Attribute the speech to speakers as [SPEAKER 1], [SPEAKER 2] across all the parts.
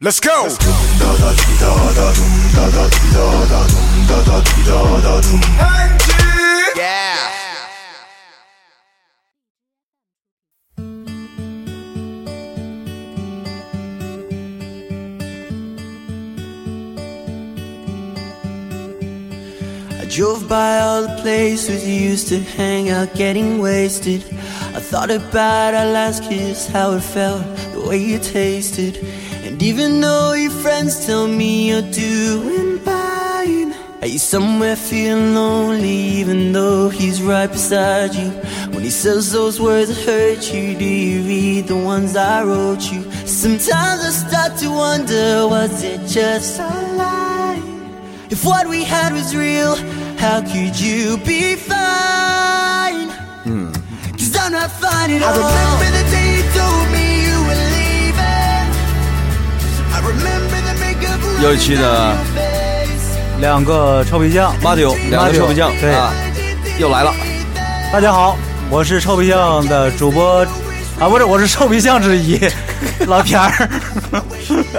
[SPEAKER 1] Let's go. Yeah.
[SPEAKER 2] I drove by all the places we used to hang out, getting wasted. I thought about our last kiss, how it felt, the way it tasted. And even though your friends tell me you're doing fine, are you somewhere feeling lonely, even though he's right beside you? When he says those words that hurt you, do you read the ones I wrote you? Sometimes I start to wonder, was it just a lie? If what we had was real, how could you be fine? Cause I'm not fine at all. Hmm. I remember the day you told me you were leaving. I remember the makeup
[SPEAKER 3] 又一期的
[SPEAKER 4] 两个臭皮匠，
[SPEAKER 3] 马丢，两个臭皮匠，
[SPEAKER 4] 对
[SPEAKER 3] 啊，又来了，
[SPEAKER 4] 大家好，我是臭皮匠的主播啊，不是，我是臭皮匠之 一，老田儿。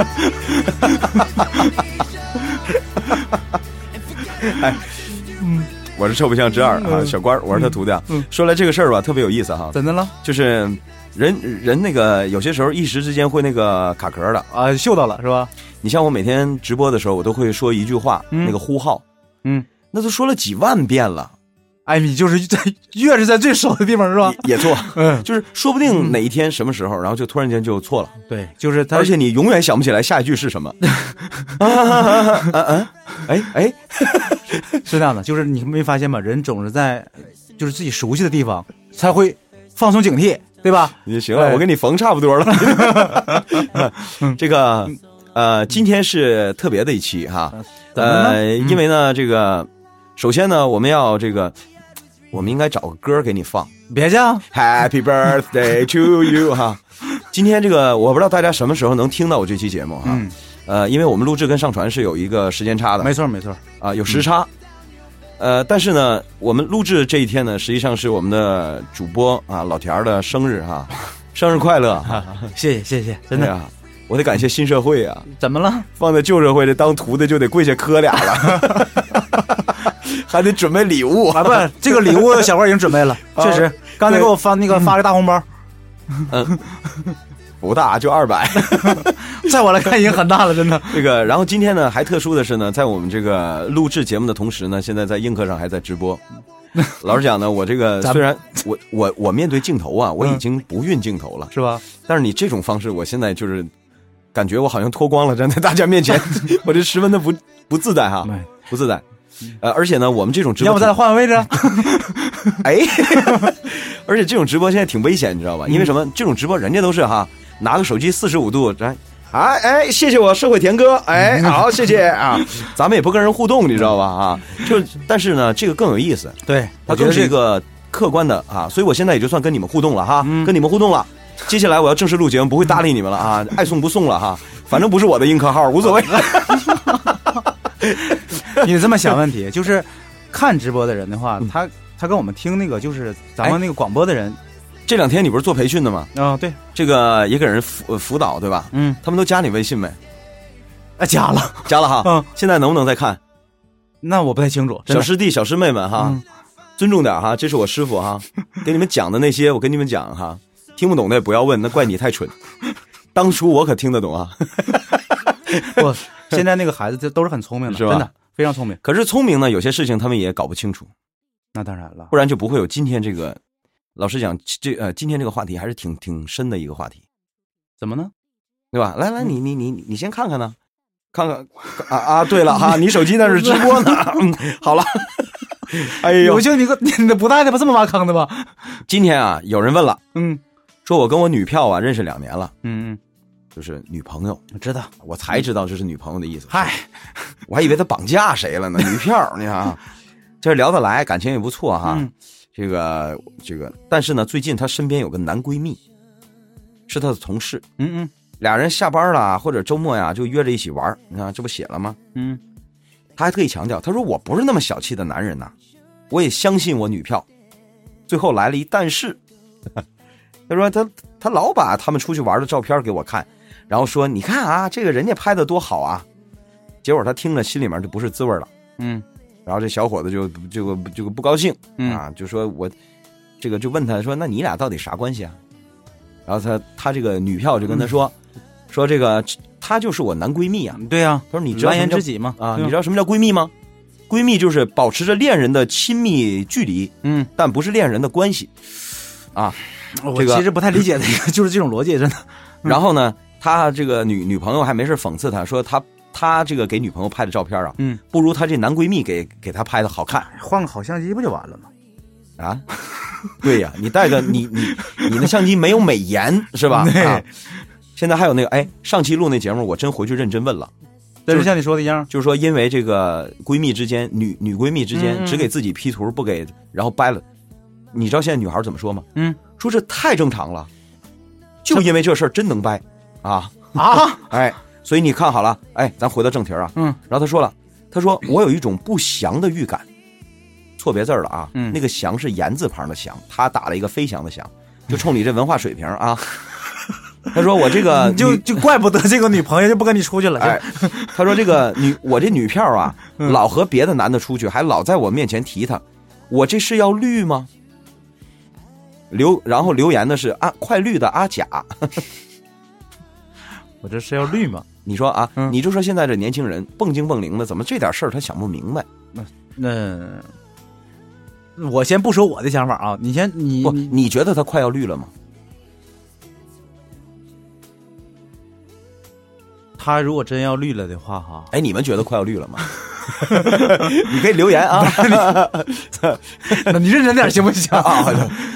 [SPEAKER 3] 哎我是臭不像之二
[SPEAKER 4] 嗯
[SPEAKER 3] 啊，小官儿，我是他徒弟啊。说来这个事儿吧，特别有意思哈，
[SPEAKER 4] 怎嗯的了？
[SPEAKER 3] 就是人人那个有些时候一时之间会那个卡壳的。
[SPEAKER 4] 啊，嗅到了是吧？
[SPEAKER 3] 你像我每天直播的时候，我都会说一句话，
[SPEAKER 4] 嗯
[SPEAKER 3] 那个呼号，
[SPEAKER 4] 嗯，
[SPEAKER 3] 那都说了几万遍了，
[SPEAKER 4] 艾米哎就是在越是在最熟的地方是吧？
[SPEAKER 3] 也也错，
[SPEAKER 4] 嗯，
[SPEAKER 3] 就是说不定哪一天什么时候，然后就突然间就错了，
[SPEAKER 4] 对，就是他
[SPEAKER 3] 而且你永远想不起来下一句是什么。啊啊啊啊啊！哎哎，
[SPEAKER 4] 是这样的，就是你没发现吗？人总是在就是自己熟悉的地方才会放松警惕，对吧？
[SPEAKER 3] 你行了，
[SPEAKER 4] 哎
[SPEAKER 3] 我给你缝差不多了。 这个呃，今天是特别的一期哈，
[SPEAKER 4] 啊怎么了呢嗯
[SPEAKER 3] 呃，因为呢，这个首先呢，我们要这个，我们应该找个歌给你放
[SPEAKER 4] 别介啊，
[SPEAKER 3] ，Happy Birthday to you 哈。今天这个我不知道大家什么时候能听到我这期节目哈，
[SPEAKER 4] 嗯
[SPEAKER 3] 呃，因为我们录制跟上传是有一个时间差的，
[SPEAKER 4] 没错没错，
[SPEAKER 3] 啊，有
[SPEAKER 4] 嗯
[SPEAKER 3] 时差。呃，但是呢，我们录制这一天呢，实际上是我们的主播啊老田儿的生日哈、生日快乐！啊
[SPEAKER 4] 谢谢谢谢， 真的，
[SPEAKER 3] 哎呀，我得感谢新社会啊，
[SPEAKER 4] 怎么 了？
[SPEAKER 3] 放在旧社会这当徒弟就得跪下磕俩了， 还得准备礼物
[SPEAKER 4] 啊，不，这个礼物小花已经准 备了，确实，刚才给我发那个发个大红 包，
[SPEAKER 3] 不大，就二百。
[SPEAKER 4] 在我来看已经很大了，真的。
[SPEAKER 3] 这个，然后今天呢，还特殊的是呢，在我们这个录制节目的同时呢，现在在映客上还在 直播。老实讲呢，我这个
[SPEAKER 4] 咱们嗯
[SPEAKER 3] 虽然我我我面对镜头啊，我已经不运镜头了，
[SPEAKER 4] 是吧？
[SPEAKER 3] 但是你这种方式，我现在就是感觉我好像脱光了，站在大家 面前，我这十分的不不自在哈，不自在。呃，而且呢，我们这种直播，
[SPEAKER 4] 要不咱俩换个位置？啊
[SPEAKER 3] 哎， 而且这种直播现在挺危险，你知道
[SPEAKER 4] 嗯
[SPEAKER 3] 吧？因为什么？这种直播人家都是哈，拿个手机四十五度，来，哎哎，谢谢我社会田哥， 哎，好，谢谢啊。咱们也不跟人互动，你知道吧？啊，就但是呢，这个更有意思，
[SPEAKER 4] 对，
[SPEAKER 3] 它
[SPEAKER 4] 我觉
[SPEAKER 3] 更
[SPEAKER 4] 得
[SPEAKER 3] 是一
[SPEAKER 4] 这个
[SPEAKER 3] 个客观的啊。所以我现在也就算跟你们互动了哈，
[SPEAKER 4] 嗯
[SPEAKER 3] 跟你们互动了。接下来我要正式录节目，不会搭理你们了啊，
[SPEAKER 4] 嗯
[SPEAKER 3] 爱送不送了哈，反正不是我的硬客号，无 所谓。
[SPEAKER 4] 你这么想问 题，就是看直播的人的话，他他跟我们听那个就是咱们那个广播的人
[SPEAKER 3] 这两天你不是做培训的吗？
[SPEAKER 4] 哎啊，对，
[SPEAKER 3] 这个也给人辅呃辅导对吧？
[SPEAKER 4] 嗯，
[SPEAKER 3] 他们都加你微信没？
[SPEAKER 4] 啊加了，
[SPEAKER 3] 加了哈，
[SPEAKER 4] 嗯
[SPEAKER 3] 现在能不能再看？
[SPEAKER 4] 那我不太清楚，真
[SPEAKER 3] 小
[SPEAKER 4] 的
[SPEAKER 3] 师弟、小师妹们哈，
[SPEAKER 4] 嗯
[SPEAKER 3] 尊重点哈，这是我师 傅哈，给你们讲的那些，我跟你们讲哈，听不懂的也不要问，那怪你 太蠢。当初我可听得懂啊，
[SPEAKER 4] 我现在那个孩子都都是很聪明的，
[SPEAKER 3] 是吧
[SPEAKER 4] 真的非常聪明。
[SPEAKER 3] 可是聪明呢，有些事情他们也搞不清楚，
[SPEAKER 4] 那当然了
[SPEAKER 3] 不，然就不会有今天这个。老实讲，这呃，今天这个话题还是挺挺深的一个话题，
[SPEAKER 4] 怎么呢？
[SPEAKER 3] 对吧？来
[SPEAKER 4] 嗯
[SPEAKER 3] 来，你你你你先看看呢，看看啊啊！对了 哈，你手机那是直播呢。嗯好了，哎呦
[SPEAKER 4] 有，就你个你的不带的吧，这么挖坑的吧？
[SPEAKER 3] 今天啊，有人问了，
[SPEAKER 4] 嗯
[SPEAKER 3] 说我跟我女票啊认识两年了，
[SPEAKER 4] 嗯
[SPEAKER 3] 就是女朋友，
[SPEAKER 4] 嗯，知道。
[SPEAKER 3] 我才知道这是女朋友的意思。
[SPEAKER 4] 嗨，
[SPEAKER 3] 我还以为他绑架谁了呢，女票，你看啊，这聊得来，感情也不错哈。
[SPEAKER 4] 嗯
[SPEAKER 3] 这个这个，但是呢，最近她身边有个男闺蜜，是她的同事，
[SPEAKER 4] 嗯
[SPEAKER 3] 俩人下班了啊或者周末呀就约着一起玩儿你看这不写了吗？
[SPEAKER 4] 嗯嗯，
[SPEAKER 3] 她还特意强调，她说我不是那么小气的男人呐、我也相信我女票。最后 来了一但是，她说她她老把他们出去玩的照片给我看，然后说你看啊，这个人家拍的多好啊，结果他听了心里面就不是滋味了。
[SPEAKER 4] 嗯
[SPEAKER 3] 然后这小伙子就这个这个不高兴
[SPEAKER 4] 嗯
[SPEAKER 3] 啊，就说我这个就问他说，那你俩到底啥关系啊？然后他他这个女票就跟他说、
[SPEAKER 4] 嗯
[SPEAKER 3] 说这个她就是我男闺蜜啊。
[SPEAKER 4] 对呀、
[SPEAKER 3] 他说你知道
[SPEAKER 4] 蓝
[SPEAKER 3] 什
[SPEAKER 4] 颜
[SPEAKER 3] 么叫
[SPEAKER 4] 知己嘛
[SPEAKER 3] 啊？
[SPEAKER 4] 对吧
[SPEAKER 3] 你知道什么叫闺蜜吗？闺蜜就是保持着恋人的亲密距离，
[SPEAKER 4] 嗯，
[SPEAKER 3] 但不是恋人的关系。
[SPEAKER 4] 我
[SPEAKER 3] 这个
[SPEAKER 4] 其实不太理解这个，就是 这种逻辑，真的。
[SPEAKER 3] 然后呢，他这个女女朋友还没事讽刺他说他他这个给女朋友拍的照片啊，
[SPEAKER 4] 嗯，
[SPEAKER 3] 不如他这男闺蜜给给他拍的好看
[SPEAKER 4] 换个好相机不就完了吗？
[SPEAKER 3] 啊。对呀、你带个你你你的相机没有美颜是吧？
[SPEAKER 4] 对
[SPEAKER 3] 啊。现在还有那个哎，上期录那节目，我真回去认真问了，
[SPEAKER 4] 但
[SPEAKER 3] 就是是
[SPEAKER 4] 像你说的一样，
[SPEAKER 3] 就是说因为这个闺蜜之间，女女闺蜜之
[SPEAKER 4] 嗯
[SPEAKER 3] 间
[SPEAKER 4] 嗯
[SPEAKER 3] 只给自己 P 图，不给然后掰了。你知道现在女孩怎么说吗？
[SPEAKER 4] 嗯，
[SPEAKER 3] 说这太正常了，就因为这事儿真能掰啊。
[SPEAKER 4] 啊，
[SPEAKER 3] 哎，所以你看好了，哎，咱回到正题儿啊。
[SPEAKER 4] 嗯，
[SPEAKER 3] 然后他说了，他说我有一种不祥的预感，错别字儿了啊。
[SPEAKER 4] 嗯
[SPEAKER 3] 那个祥是言字旁的祥，他打了一个飞翔的翔，就冲你这文化水平 啊。他说我这个
[SPEAKER 4] 你 就
[SPEAKER 3] 女
[SPEAKER 4] 就怪不得这个女朋友就不跟你出去了。
[SPEAKER 3] 哎，他说这个女我这女票啊，老和别的男的出去，还老在我面前提他，我这是要绿吗？留然后留言的是啊，快绿的阿甲，
[SPEAKER 4] 我这是要绿吗？
[SPEAKER 3] 你说啊，
[SPEAKER 4] 嗯
[SPEAKER 3] 你就说现在这年轻人蹦精蹦灵的，怎么这点事儿他想不明白？
[SPEAKER 4] 那嗯我先不说我的想法啊，你先你
[SPEAKER 3] 不，
[SPEAKER 4] 你
[SPEAKER 3] 你觉得他快要绿了吗？
[SPEAKER 4] 他如果真要绿了的话哈，
[SPEAKER 3] 哎，你们觉得快要绿了 吗？ 你可以留言啊！
[SPEAKER 4] 那你认真点行不行？
[SPEAKER 3] 啊，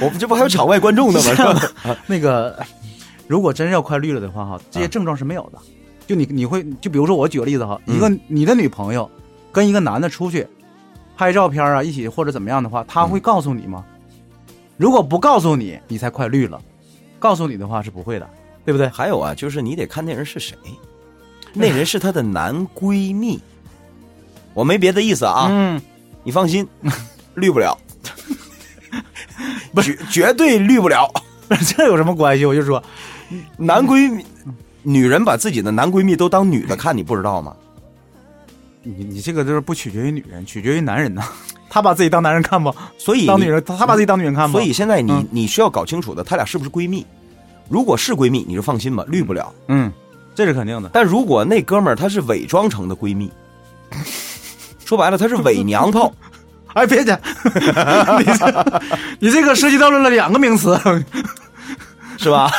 [SPEAKER 3] 我们这不还有场外观众呢吗？是吧
[SPEAKER 4] 那个，如果真要快绿了的话哈，这些症状是没有的。就你你会就比如说我举个例子哈，
[SPEAKER 3] 嗯
[SPEAKER 4] 一个你的女朋友跟一个男的出去拍照片啊，一起或者怎么样的话，他会告诉你吗？如果不告诉你，你才快绿了。告诉你的话是不会的， 对不对？
[SPEAKER 3] 还有啊，就是你得看那人是谁，那人是她的男闺蜜。我没别的意思啊，
[SPEAKER 4] 嗯，
[SPEAKER 3] 你 放心，绿不了，绝绝对绿不了。
[SPEAKER 4] 这有什么关系？我就说，
[SPEAKER 3] 男闺蜜，女人把自己的男闺蜜都当女的看，你不知道吗？
[SPEAKER 4] 你你这个就是不取决于女人，取决于男人呐。 他把自己当男人看不？
[SPEAKER 3] 所以
[SPEAKER 4] 当
[SPEAKER 3] 你
[SPEAKER 4] 女人，他他把自己当女人看不？
[SPEAKER 3] 所以，现在你、
[SPEAKER 4] 嗯
[SPEAKER 3] 你需要搞清楚的，她俩是不是闺蜜？如果是闺蜜，你就放心吧，绿不了。
[SPEAKER 4] 嗯，这是肯定的。
[SPEAKER 3] 但如果那哥们儿他是伪装成的闺蜜，说白了他是伪娘炮，
[SPEAKER 4] 哎，别讲， 你这你这个涉及到了两个名词。
[SPEAKER 3] 是吧？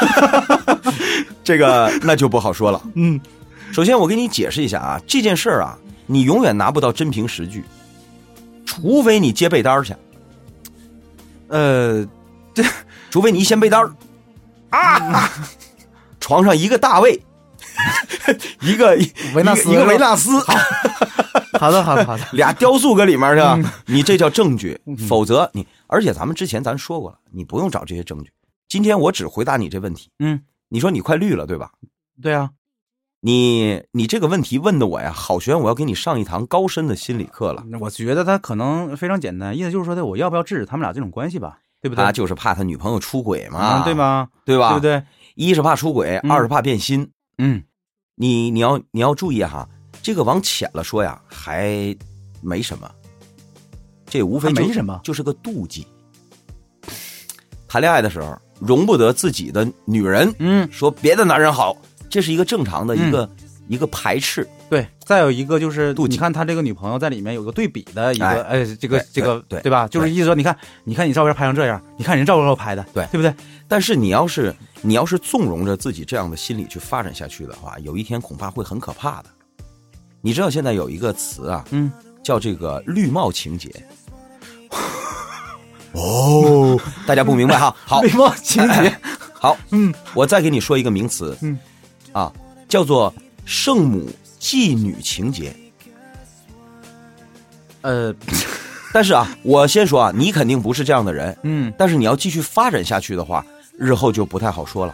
[SPEAKER 3] 这个那就不好说了。
[SPEAKER 4] 嗯，
[SPEAKER 3] 首先我给你解释一下啊，这件事儿啊，你永远拿不到真凭实据，除非你接被单儿去，
[SPEAKER 4] 呃，
[SPEAKER 3] 除非你一掀被单儿，啊，
[SPEAKER 4] 嗯
[SPEAKER 3] 床上一个大卫， 一个
[SPEAKER 4] 维纳斯
[SPEAKER 3] 一个一个维
[SPEAKER 4] 是吧
[SPEAKER 3] 纳斯。
[SPEAKER 4] 好的，好的，好的。
[SPEAKER 3] 俩雕塑搁里面去，
[SPEAKER 4] 嗯
[SPEAKER 3] 你这叫证据，否则你，而且咱们之前咱说过了，你不用找这些证据。今天我只回答你这问题。
[SPEAKER 4] 嗯，
[SPEAKER 3] 你说你快绿 了，对吧？
[SPEAKER 4] 对啊，
[SPEAKER 3] 你你这个问题问的我呀，好悬，我要给你上一堂高深的心理课了。
[SPEAKER 4] 我觉得他可能非常简单，意思就是说的，我要不要制止他们俩这种关系吧？对不对？
[SPEAKER 3] 他就是怕他女朋友出轨嘛，
[SPEAKER 4] 啊，对？吧？
[SPEAKER 3] 对吧？
[SPEAKER 4] 对不对？
[SPEAKER 3] 一是怕出轨，
[SPEAKER 4] 嗯
[SPEAKER 3] 二是怕变心。
[SPEAKER 4] 嗯，
[SPEAKER 3] 你你要你要注意哈，这个往浅了说呀，还没什么，这无非、
[SPEAKER 4] 还
[SPEAKER 3] 就
[SPEAKER 4] 没什么
[SPEAKER 3] 就是个妒忌。谈恋爱的时候，容不得自己的女人
[SPEAKER 4] 嗯，
[SPEAKER 3] 说别的男人好，这是一个正常的
[SPEAKER 4] 嗯
[SPEAKER 3] 一个、一个排斥。
[SPEAKER 4] 对。再有一个就是，
[SPEAKER 3] 妒忌
[SPEAKER 4] 你看他这个女朋友在里面有个对比的一
[SPEAKER 3] 哎
[SPEAKER 4] 个，哎，这个
[SPEAKER 3] 对
[SPEAKER 4] 这个，
[SPEAKER 3] 对对
[SPEAKER 4] 对吧？就是
[SPEAKER 3] 对
[SPEAKER 4] 意思说，你看，你看你照片拍成这样，你看人照片拍的，
[SPEAKER 3] 对
[SPEAKER 4] 对不对？
[SPEAKER 3] 但是你要是你要是纵容着自己这样的心理去发展下去的话，有一天恐怕会很可怕的。你知道现在有一个词啊，
[SPEAKER 4] 嗯，
[SPEAKER 3] 叫这个绿帽情节。哦， 大家不明白哈？好，
[SPEAKER 4] 礼貌情节，
[SPEAKER 3] 好，
[SPEAKER 4] 嗯，
[SPEAKER 3] 我再给你说一个名词，
[SPEAKER 4] 嗯，
[SPEAKER 3] 啊，叫做圣母妓女情节。
[SPEAKER 4] 呃，
[SPEAKER 3] 但是啊，我先说啊，你肯定不是这样的人，
[SPEAKER 4] 嗯，
[SPEAKER 3] 但是你要继续发展下去的话，日后就不太好说了。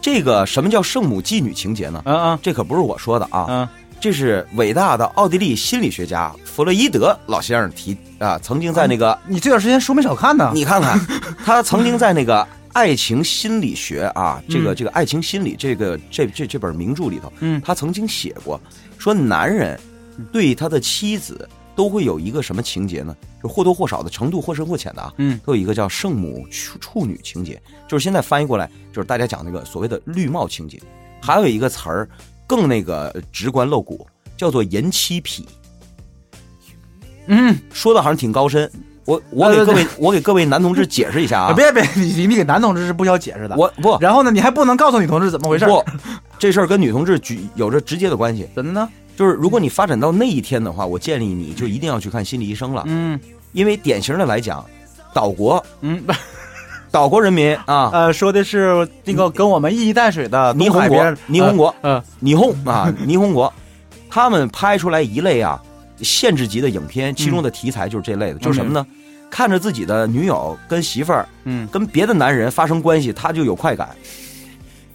[SPEAKER 3] 这个什么叫圣母妓女情节呢？
[SPEAKER 4] 啊啊
[SPEAKER 3] 这可不是我说的啊，
[SPEAKER 4] 啊，
[SPEAKER 3] 这是伟大的奥地利心理学家弗洛伊德老先生提啊，曾经在那个
[SPEAKER 4] 啊你这段时间书没少看呢。
[SPEAKER 3] 你看看，他曾经在那个爱情心理学》啊，这个、
[SPEAKER 4] 嗯
[SPEAKER 3] 这个《爱情心理》这个这这这本名著里头，
[SPEAKER 4] 嗯
[SPEAKER 3] 他曾经写过，说男人对他的妻子都会有一个什么情节呢？就或多或少的程度或深或浅的啊，
[SPEAKER 4] 嗯，
[SPEAKER 3] 都有一个叫圣母处处女情节，就是现在翻译过来就是大家讲那个所谓的绿帽情节，还有一个词儿更那个呃直观露骨，叫做人妻癖。
[SPEAKER 4] 嗯，
[SPEAKER 3] 说的好像挺高深，我我给
[SPEAKER 4] 对
[SPEAKER 3] 各
[SPEAKER 4] 对
[SPEAKER 3] 位我给各位男同志解释一下啊，
[SPEAKER 4] 别别，你你给男同志是不需要解释的。
[SPEAKER 3] 我不
[SPEAKER 4] 然后呢，你还不能告诉女同志怎么回事儿，
[SPEAKER 3] 不，这事儿跟女同志举有着直接的关系。
[SPEAKER 4] 怎么呢？
[SPEAKER 3] 就是如果你发展到那一天的话，我建议你就一定要去看心理医生了，
[SPEAKER 4] 嗯
[SPEAKER 3] 因为典型的来讲，岛国
[SPEAKER 4] 嗯，
[SPEAKER 3] 岛国人民啊，
[SPEAKER 4] 呃，说的是那个跟我们一衣带水的
[SPEAKER 3] 霓
[SPEAKER 4] 东海
[SPEAKER 3] 虹
[SPEAKER 4] 边
[SPEAKER 3] 国，霓虹，国，
[SPEAKER 4] 呃，
[SPEAKER 3] 霓虹啊，霓虹国，他们拍出来一类啊限制级的影片，其中
[SPEAKER 4] 嗯
[SPEAKER 3] 的题材就是这类的，就是什么呢？看着自己的女友跟媳妇儿
[SPEAKER 4] 嗯
[SPEAKER 3] 跟别的男人发生关系，他就有快感。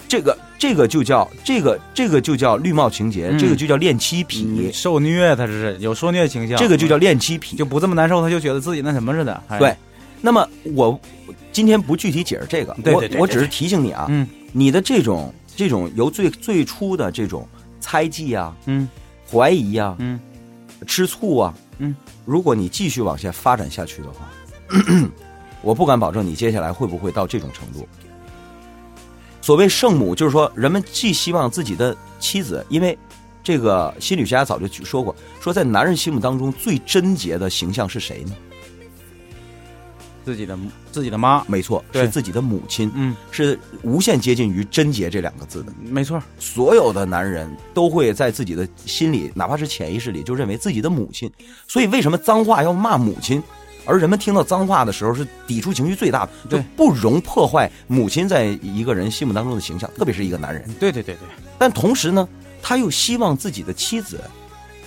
[SPEAKER 3] 这个这个就叫这个这个就叫绿帽情节，
[SPEAKER 4] 嗯
[SPEAKER 3] 这个就叫恋妻
[SPEAKER 4] 嗯，
[SPEAKER 3] 癖，
[SPEAKER 4] 受虐，他这是有受虐倾向，
[SPEAKER 3] 这个就叫恋妻癖。
[SPEAKER 4] 就不这么难受，他就觉得自己那什么似的。哎
[SPEAKER 3] 对，那么我今天不具体解释这个，
[SPEAKER 4] 对对对
[SPEAKER 3] 我我
[SPEAKER 4] 对
[SPEAKER 3] 只是提醒你啊，
[SPEAKER 4] 嗯
[SPEAKER 3] 你的这种这种由最最初的这种猜忌啊、
[SPEAKER 4] 嗯
[SPEAKER 3] 怀疑啊、
[SPEAKER 4] 嗯
[SPEAKER 3] 吃醋啊，
[SPEAKER 4] 嗯，
[SPEAKER 3] 如果你继续往下发展下去的话， 我不敢保证你接下来会不会到这种程度。所谓圣母，就是说人们既希望自己的妻子，因为这个心理学家早就去说过，说在男人心目当中最贞洁的形象是谁呢？
[SPEAKER 4] 自己的自己的妈，
[SPEAKER 3] 没错，
[SPEAKER 4] 对
[SPEAKER 3] 是自己的母亲，
[SPEAKER 4] 嗯，
[SPEAKER 3] 是无限接近于贞洁这两个字的。
[SPEAKER 4] 没错，
[SPEAKER 3] 所有的男人都会在自己的心里，哪怕是潜意识里，就认为自己的母亲。所以为什么脏话要骂母亲？而人们听到脏话的时候是抵触情绪最大的，就
[SPEAKER 4] 对
[SPEAKER 3] 不容破坏母亲在一个人心目当中的形象，特别是一个男人。
[SPEAKER 4] 对对对对，
[SPEAKER 3] 但同时呢，他又希望自己的妻子，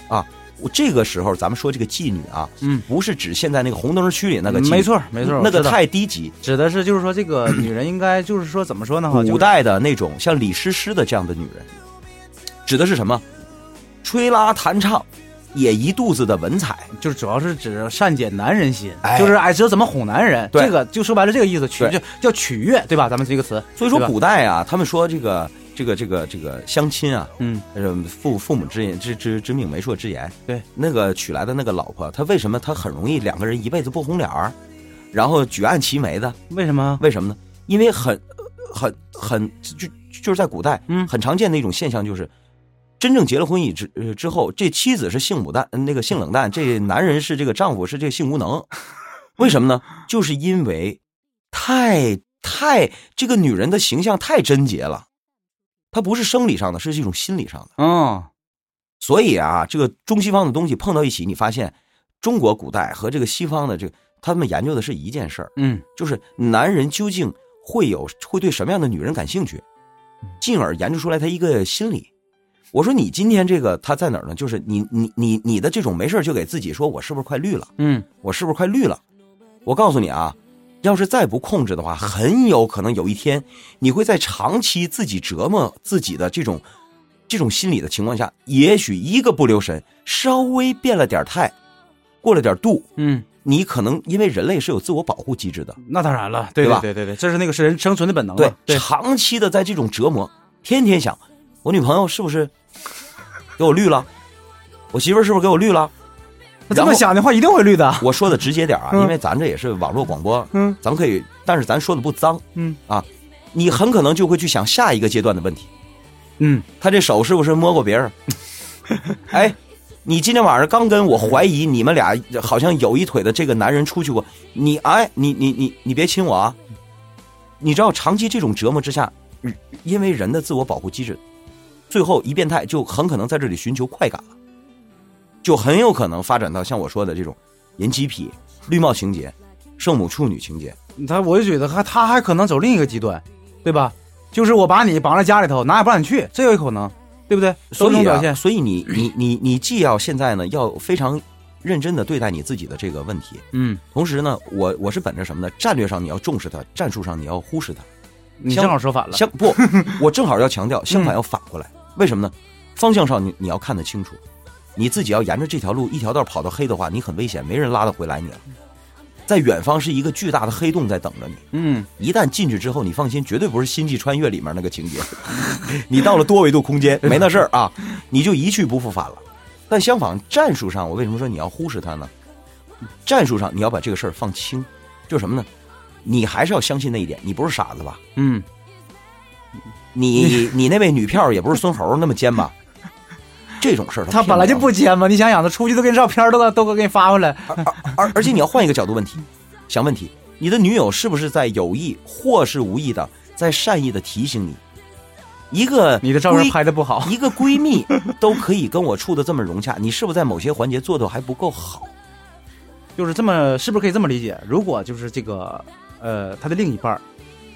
[SPEAKER 3] 啊，我这个时候咱们说这个妓女啊，
[SPEAKER 4] 嗯，
[SPEAKER 3] 不是指现在那个红灯区里那个妓女，
[SPEAKER 4] 没错没错，
[SPEAKER 3] 那
[SPEAKER 4] 我
[SPEAKER 3] 个
[SPEAKER 4] 知道
[SPEAKER 3] 太低级，
[SPEAKER 4] 指的是就是说这 个女人应该就是说怎么说呢？哈，
[SPEAKER 3] 古
[SPEAKER 4] 啊就
[SPEAKER 3] 代的那种像李师师的这样的女人，指的是什么？吹拉弹唱，也一肚子的文采。
[SPEAKER 4] 就是主要是指善解男人心，
[SPEAKER 3] 哎
[SPEAKER 4] 就是哎知道怎么哄男人，
[SPEAKER 3] 对
[SPEAKER 4] 这个就说白了这个意思，取
[SPEAKER 3] 对
[SPEAKER 4] 就叫取悦，对吧？咱们这个词，
[SPEAKER 3] 所以说
[SPEAKER 4] 对吧
[SPEAKER 3] 古代啊，他们说这个这个这个这个相亲啊，
[SPEAKER 4] 嗯，
[SPEAKER 3] 呃，父父母之言之之之命媒妁之言，
[SPEAKER 4] 对
[SPEAKER 3] 那个娶来的那个老婆，她为什么她很容易两个人一辈子不红脸儿，然后举案齐眉的？
[SPEAKER 4] 为什么？
[SPEAKER 3] 为什么呢？因为很很很就就是在古代，
[SPEAKER 4] 嗯
[SPEAKER 3] 很常见的一种现象就是，真正结了婚以之呃之后，这妻子是性母蛋，呃那个性冷淡，这男人是这个丈夫是这个性无能，为什么呢？就是因为太太这个女人的形象太贞洁了，她不是生理上的，是一种心理上的。
[SPEAKER 4] 嗯，
[SPEAKER 3] 所以啊，这个中西方的东西碰到一起，你发现中国古代和这个西方的这个，他们研究的是一件事儿。
[SPEAKER 4] 嗯，
[SPEAKER 3] 就是男人究竟会有会对什么样的女人感兴趣，进而研究出来他一个心理。我说你今天这个他在哪儿呢？就是你你你你的这种没事儿就给自己说我是不是快绿了？
[SPEAKER 4] 嗯，
[SPEAKER 3] 我是不是快绿了？我告诉你啊，要是再不控制的话，很有可能有一天你会在长期自己折磨自己的这种这种心理的情况下，也许一个不留神，稍微变了点态，过了点度，
[SPEAKER 4] 嗯，
[SPEAKER 3] 你可能因为人类是有自我保护机制的，
[SPEAKER 4] 那当然了，对
[SPEAKER 3] 对吧
[SPEAKER 4] 对对对，这是那个是人生存的本能
[SPEAKER 3] 对
[SPEAKER 4] 了，，哦对，
[SPEAKER 3] 长期的在这种折磨，天天想，我女朋友是不是给我绿了？我媳妇儿是不是给我绿了？
[SPEAKER 4] 那这么想的话一定会绿的，
[SPEAKER 3] 我说的直接点儿啊，
[SPEAKER 4] 嗯
[SPEAKER 3] 因为咱这也是网络广播，
[SPEAKER 4] 嗯，
[SPEAKER 3] 咱可以，但是咱说的不脏，
[SPEAKER 4] 嗯
[SPEAKER 3] 啊，你很可能就会去想下一个阶段的问题，
[SPEAKER 4] 嗯，
[SPEAKER 3] 他这手是不是摸过别人？ 哎，你今天晚上刚跟我怀疑你们俩好像有一腿的这个男人出去过，你哎，你你你你别亲我啊！你知道，长期这种折磨之下，嗯因为人的自我保护机制，最后一变态就很可能在这里寻求快感了，就很有可能发展到像我说的这种人机癖、绿帽情节、圣母处女情节。
[SPEAKER 4] 他我就觉得还他还可能走另一个极端，对吧？就是我把你绑在家里头，哪也不让你去，这有可能，对不对？
[SPEAKER 3] 所
[SPEAKER 4] 都是这
[SPEAKER 3] 以、
[SPEAKER 4] 种
[SPEAKER 3] 啊
[SPEAKER 4] 表，现，
[SPEAKER 3] 所以你你你你既要现在呢，要非常认真的对待你自己的这个问题，
[SPEAKER 4] 嗯，
[SPEAKER 3] 同时呢，我我是本着什么呢？战略上你要重视它，战术上你要忽视它。
[SPEAKER 4] 你
[SPEAKER 3] 像
[SPEAKER 4] 正好说反了，
[SPEAKER 3] 相嗯不，我正好要强调，相反要反过来。为什么呢？方向上你你要看得清楚，你自己要沿着这条路一条道跑到黑的话，你很危险，没人拉得回来你了。在远方是一个巨大的黑洞在等着你。
[SPEAKER 4] 嗯，
[SPEAKER 3] 一旦进去之后，你放心，绝对不是《星际穿越》里面那个情节。 你到了多维度空间，没那事儿 啊，你就一去不复返了。但相反，战术上，我为什么说你要忽视它呢？战术上，你要把这个事儿放轻，就是什么呢？你还是要相信那一点，你不是傻子吧？
[SPEAKER 4] 嗯，
[SPEAKER 3] 你你那位女票也不是孙猴那么奸吧？这种事儿
[SPEAKER 4] 他
[SPEAKER 3] 骗
[SPEAKER 4] 本来
[SPEAKER 3] 了
[SPEAKER 4] 就不奸嘛，你想想，他出去都给你照片都都给你发回来，
[SPEAKER 3] 而而且你要换一个角度问题，想问题，你的女友是不是在有意或是无意的，在善意的提醒你？一个
[SPEAKER 4] 你的照片
[SPEAKER 3] 闺
[SPEAKER 4] 拍的不好
[SPEAKER 3] 一个闺蜜都可以跟我处的这么融洽，你是不是在某些环节做的还不够好？
[SPEAKER 4] 就是这么，是不是可以这么理解？如果就是这个，呃，他的另一半儿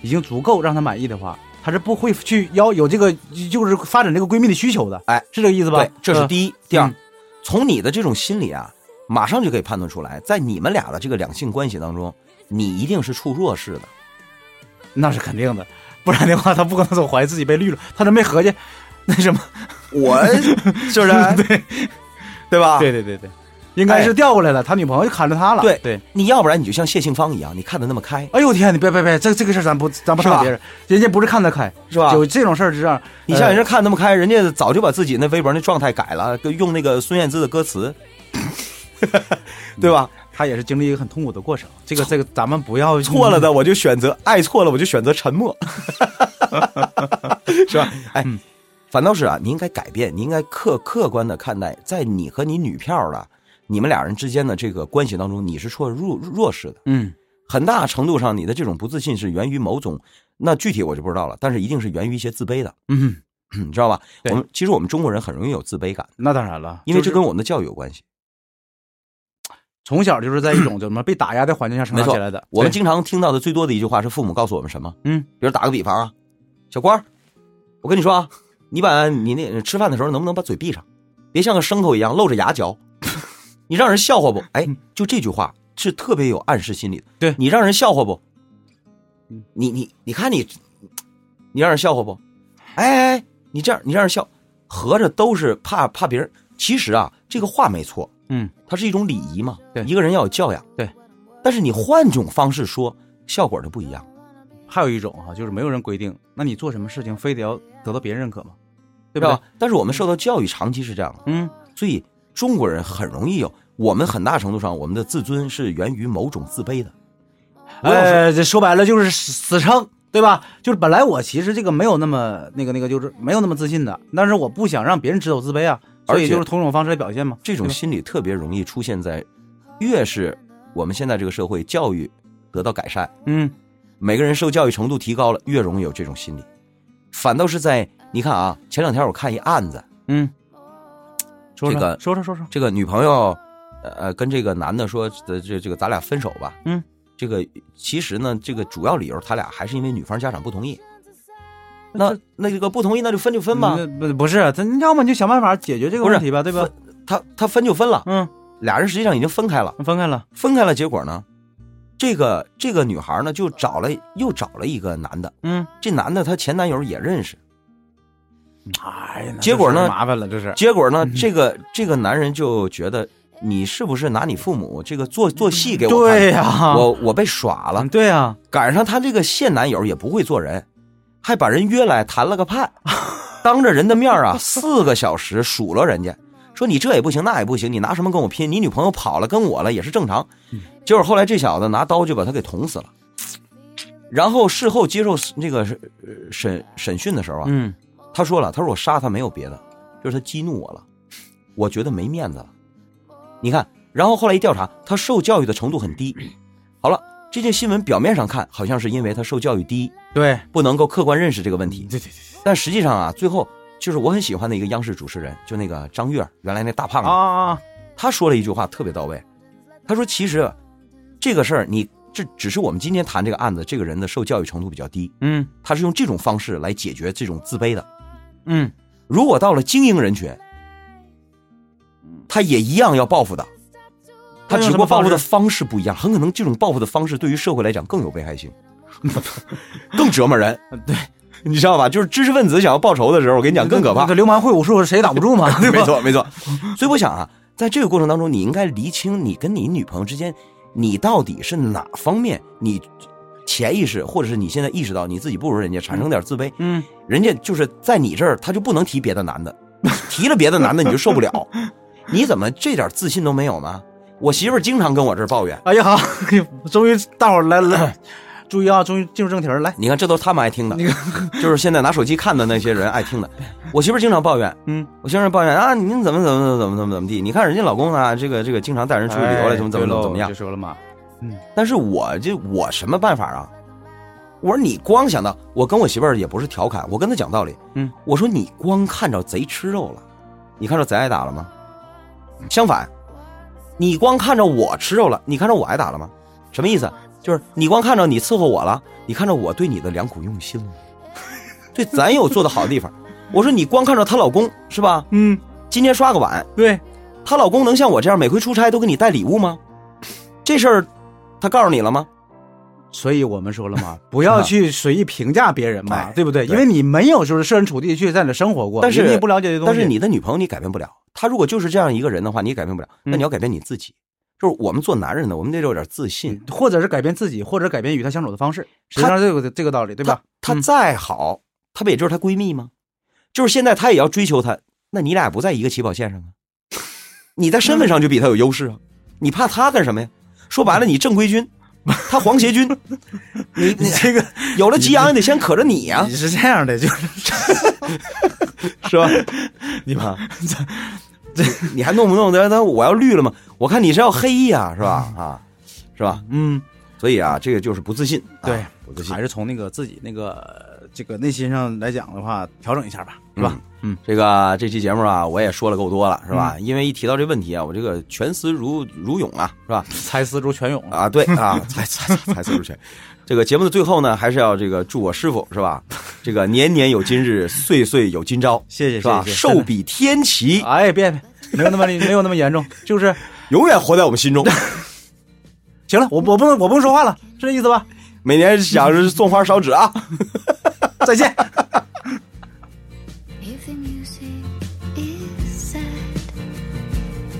[SPEAKER 4] 已经足够让他满意的话，他是不会去要有这个，就是发展这个闺蜜的需求的，
[SPEAKER 3] 哎，
[SPEAKER 4] 是这个意思吧？
[SPEAKER 3] 对，这是
[SPEAKER 4] 一、
[SPEAKER 3] 第一。第二
[SPEAKER 4] 嗯，
[SPEAKER 3] 从你的这种心理啊，马上就可以判断出来，在你们俩的这个两性关系当中，你一定是处弱势的。
[SPEAKER 4] 那是肯定的，不然的话他不可能总怀疑自己被绿了，他都没合计那什么，
[SPEAKER 3] 我是不是？ 对，对吧？
[SPEAKER 4] 对对对对，应该是调过来了，他女朋友就看着他了，
[SPEAKER 3] 对
[SPEAKER 4] 啊哎对。
[SPEAKER 3] 你要不然你就像谢杏芳一样，你看的那么开，
[SPEAKER 4] 哎呦我天，你别别别，这这个事儿咱不咱不
[SPEAKER 3] 是吧
[SPEAKER 4] 上别人，人家不是看得开，
[SPEAKER 3] 是吧？
[SPEAKER 4] 有这种事儿就呃这样，
[SPEAKER 3] 你像人家看那么开，人家早就把自己那微博那状态改了，跟用那个孙燕姿的歌词，对吧？
[SPEAKER 4] 他也是经历一个很痛苦的过程，这个这个咱们不要
[SPEAKER 3] 错了的我就选择爱，错了我就选择 沉默，是吧？哎，
[SPEAKER 4] 嗯
[SPEAKER 3] 反倒是啊，你应该改变，你应该客客观的看待，在你和你女票的你们俩人之间的这个关系当中，你是处弱弱势的，
[SPEAKER 4] 嗯，
[SPEAKER 3] 很大程度上你的这种不自信是源于某种，那具体我就不知道了，但是一定是源于一些自卑的，
[SPEAKER 4] 嗯，
[SPEAKER 3] 你知道吧？
[SPEAKER 4] 对
[SPEAKER 3] 我们其实我们中国人很容易有自卑感，
[SPEAKER 4] 那当然了，
[SPEAKER 3] 因为
[SPEAKER 4] 就
[SPEAKER 3] 这
[SPEAKER 4] 是
[SPEAKER 3] 跟我们的教育有关系。
[SPEAKER 4] 从小就是在一种怎么被打压的环境下成
[SPEAKER 3] 没
[SPEAKER 4] 长
[SPEAKER 3] 错
[SPEAKER 4] 起来的。
[SPEAKER 3] 我们
[SPEAKER 4] 对
[SPEAKER 3] 经常听到的最多的一句话是父母告诉我们什么？
[SPEAKER 4] 嗯，
[SPEAKER 3] 比如打个比方啊，小官儿，我跟你说啊，你把你那吃饭的时候能不能把嘴闭上，别像个牲口一样露着牙嚼， 你让人笑话不？哎，就这句话是特别有暗示心理的。
[SPEAKER 4] 嗯对嗯
[SPEAKER 3] 你让人笑话不？你你你看你，你让人笑话不？哎哎，你这样你让人笑，合着都是怕怕别人。其实啊，这个话没错，
[SPEAKER 4] 嗯，
[SPEAKER 3] 它是一种礼仪嘛。
[SPEAKER 4] 对
[SPEAKER 3] 一个人要有教养。
[SPEAKER 4] 对，
[SPEAKER 3] 但是你换种方式说，效果就不一样。
[SPEAKER 4] 还有一种哈、就是没有人规定，那你做什么事情非得要得到别人认可吗？对
[SPEAKER 3] 对
[SPEAKER 4] 吧
[SPEAKER 3] 吧？？但是我们受到教育长期是这样的，
[SPEAKER 4] 嗯，
[SPEAKER 3] 所以中国人很容易有，我们很大程度上我们的自尊是源于某种自卑的。我有时候
[SPEAKER 4] 呃，这说白了就是死撑，对吧？就是本来我其实这个没有那么那个那个，就是没有那么自信的，但是我不想让别人知道我自卑啊，所
[SPEAKER 3] 而
[SPEAKER 4] 以
[SPEAKER 3] 且
[SPEAKER 4] 就是同种方式来表现嘛。
[SPEAKER 3] 这种
[SPEAKER 4] 对吧
[SPEAKER 3] 心理特别容易出现在，越是我们现在这个社会教育得到改善，
[SPEAKER 4] 嗯
[SPEAKER 3] 每个人受教育程度提高了，越容易有这种心理。反倒是在你看啊，前两天我看一案子，
[SPEAKER 4] 嗯，说
[SPEAKER 3] 这
[SPEAKER 4] 说、
[SPEAKER 3] 个嗯
[SPEAKER 4] 说说说说，
[SPEAKER 3] 这个女朋友，呃呃，跟这个男的说，这这这个咱俩分手吧。
[SPEAKER 4] 嗯，
[SPEAKER 3] 这个其实呢，这个主要理由他俩还是因为女方家长不同意。那那这个不同意，那就分就分吧。
[SPEAKER 4] 嗯不不是，咱要么你就想办法解决这个
[SPEAKER 3] 不是
[SPEAKER 4] 问题吧，对吧？
[SPEAKER 3] 他他分就分了，
[SPEAKER 4] 嗯，
[SPEAKER 3] 俩人实际上已经分开了。
[SPEAKER 4] 分开了，
[SPEAKER 3] 分开了，结果呢，这个这个女孩呢就找了又找了一个男的，
[SPEAKER 4] 嗯，
[SPEAKER 3] 这男的她前男友也认识。
[SPEAKER 4] 哎呀，那
[SPEAKER 3] 结果呢
[SPEAKER 4] 就是麻烦了，这是，
[SPEAKER 3] 结果呢，这个这个男人就觉得你是不是拿你父母这个做做戏给我看？
[SPEAKER 4] 对呀、
[SPEAKER 3] 我我被耍了
[SPEAKER 4] 嗯，对呀、
[SPEAKER 3] 赶上她这个现男友也不会做人，还把人约来谈了个判，当着人的面啊，四个小时数落人家，说你这也不行，那也不行，你拿什么跟我拼？你女朋友跑了跟我了也是正常。结果后来这小子拿刀就把他给捅死了，然后事后接受那个呃审审讯的时候啊，
[SPEAKER 4] 嗯，
[SPEAKER 3] 他说了，他说我杀他没有别的，就是他激怒我了，我觉得没面子了。你看，然后后来一调查，他受教育的程度很低。好了，这件新闻表面上看好像是因为他受教育低，
[SPEAKER 4] 对，
[SPEAKER 3] 不能够客观认识这个问题，
[SPEAKER 4] 对对对，
[SPEAKER 3] 但实际上啊，最后就是我很喜欢的一个央视主持人，就那个张悦儿，原来那大胖子，
[SPEAKER 4] 啊啊，
[SPEAKER 3] 他说了一句话特别到位，他说其实这个事儿你。这只是我们今天谈这个案子，这个人的受教育程度比较低，
[SPEAKER 4] 嗯
[SPEAKER 3] 他是用这种方式来解决这种自卑的。
[SPEAKER 4] 嗯，
[SPEAKER 3] 如果到了精英人群，他也一样要报复的，他只不过报复的方式不一样，很可能这种报复的方式对于社会来讲更有危害 性，更折磨人。对，你知道吧？就是知识分子想要报仇的时候，我跟你讲更可怕
[SPEAKER 4] 这。流氓会武术谁也挡不住嘛，对
[SPEAKER 3] 没
[SPEAKER 4] 吧？
[SPEAKER 3] 错，没错。所以我想啊，在这个过程当中，你应该厘清你跟你女朋友之间你到底是哪方面你潜意识或者是你现在意识到你自己不如人家，产生点自卑，
[SPEAKER 4] 嗯，
[SPEAKER 3] 人家就是在你这儿他就不能提别的男的，提了别的男的你就受不了，你怎么这点自信都没有呢？我媳妇儿经常跟我这儿抱怨，
[SPEAKER 4] 哎呀好， 终于大伙儿来来， 注意啊，终于进入正题儿来，
[SPEAKER 3] 你看这都是他们爱听的，
[SPEAKER 4] 那个
[SPEAKER 3] 就是现在拿手机看的那些人爱听的。我媳妇儿经常抱怨，
[SPEAKER 4] 嗯，
[SPEAKER 3] 我媳妇儿抱怨啊，您怎么怎么怎么怎么怎么地？你看人家老公啊，这个这个经常带人出去旅游了，
[SPEAKER 4] 哎
[SPEAKER 3] 怎么怎么怎
[SPEAKER 4] 对
[SPEAKER 3] 么
[SPEAKER 4] 喽
[SPEAKER 3] 怎么样
[SPEAKER 4] 就？说了嘛，
[SPEAKER 3] 但是我这我什么办法啊？我说你光想到，我跟我媳妇儿也不是调侃，我跟她讲道理。
[SPEAKER 4] 嗯，
[SPEAKER 3] 我说你光看着贼吃肉了，你看着贼挨打了吗？相反，你光看着我吃肉了，你看着我挨打了吗？什么意思？就是你光看着你伺候我了，你看着我对你的良苦用心了，对咱有做的好的地方。我说你光看着她老公是吧？
[SPEAKER 4] 嗯，
[SPEAKER 3] 今天刷个碗，
[SPEAKER 4] 对，
[SPEAKER 3] 她老公能像我这样每回出差都给你带礼物吗？这事儿，她告诉你了吗？
[SPEAKER 4] 所以我们说了嘛， 不要去随意评价别人嘛，
[SPEAKER 3] 哎
[SPEAKER 4] 对不对？
[SPEAKER 3] 对
[SPEAKER 4] 因为你没有就是设身处地去在那生活过，
[SPEAKER 3] 但是
[SPEAKER 4] 你也不了解这东西。
[SPEAKER 3] 但是你的女朋友你改变不了，她如果就是这样一个人的话，你也改变不了。
[SPEAKER 4] 嗯
[SPEAKER 3] 那你要改变你自己，就是我们做男人的，我们得有点自信。
[SPEAKER 4] 或者是改变自己，或者改变与他相处的方式，实际上这个这个道理，对吧？
[SPEAKER 3] 她
[SPEAKER 4] 嗯
[SPEAKER 3] 再好，她不也就是她闺蜜吗？就是现在她也要追求她，那你俩不在一个起跑线上啊？你在身份上就比她有优势啊，你怕她干什么呀？说白了，你正规军，她皇协军，你你 啊
[SPEAKER 4] 这个
[SPEAKER 3] 有了激昂，你得先可着你呀、
[SPEAKER 4] 你是这样的，就是
[SPEAKER 3] 是吧？你吧，啊这你还弄不弄得？那我要绿了吗？我看你是要黑呀、是吧？啊，是吧？
[SPEAKER 4] 嗯，
[SPEAKER 3] 所以啊，这个就是不自信，啊
[SPEAKER 4] 对
[SPEAKER 3] 不自信
[SPEAKER 4] 嗯还。是从那个自己那个呃这个内心上来讲的话，调整一下吧，是 吧？嗯，
[SPEAKER 3] 这个这期节目啊，我也说了够多了，是吧？因为一提到这问题啊，我这个全思如如涌啊，是吧？
[SPEAKER 4] 才思如泉涌，
[SPEAKER 3] 啊，对啊， 才才才才思如泉。这个节目的最后呢，还是要这个祝我师傅是吧？这个年年有今日，岁岁有今朝，
[SPEAKER 4] 谢谢
[SPEAKER 3] 是吧？
[SPEAKER 4] 谢谢
[SPEAKER 3] 寿比天齐，
[SPEAKER 4] 哎，别别，没有那么没有那么严重，就是
[SPEAKER 3] 永远活在我们心中。
[SPEAKER 4] 行了，我我不能我不能说话了，是这意思吧？
[SPEAKER 3] 每年想着送花烧纸啊。
[SPEAKER 4] 再见。
[SPEAKER 5] If the music is sad,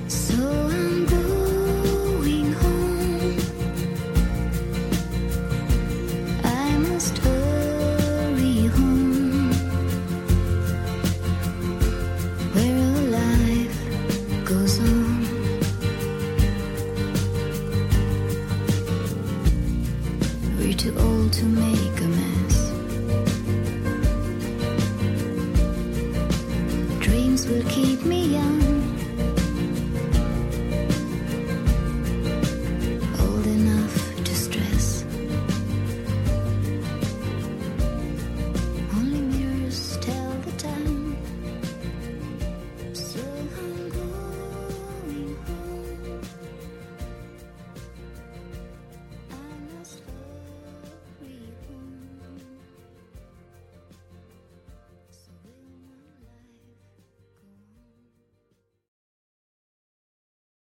[SPEAKER 5] so I'm going home. I must hurry home, where a life goes on. We're too old to make a mess. Dreams will keep me young.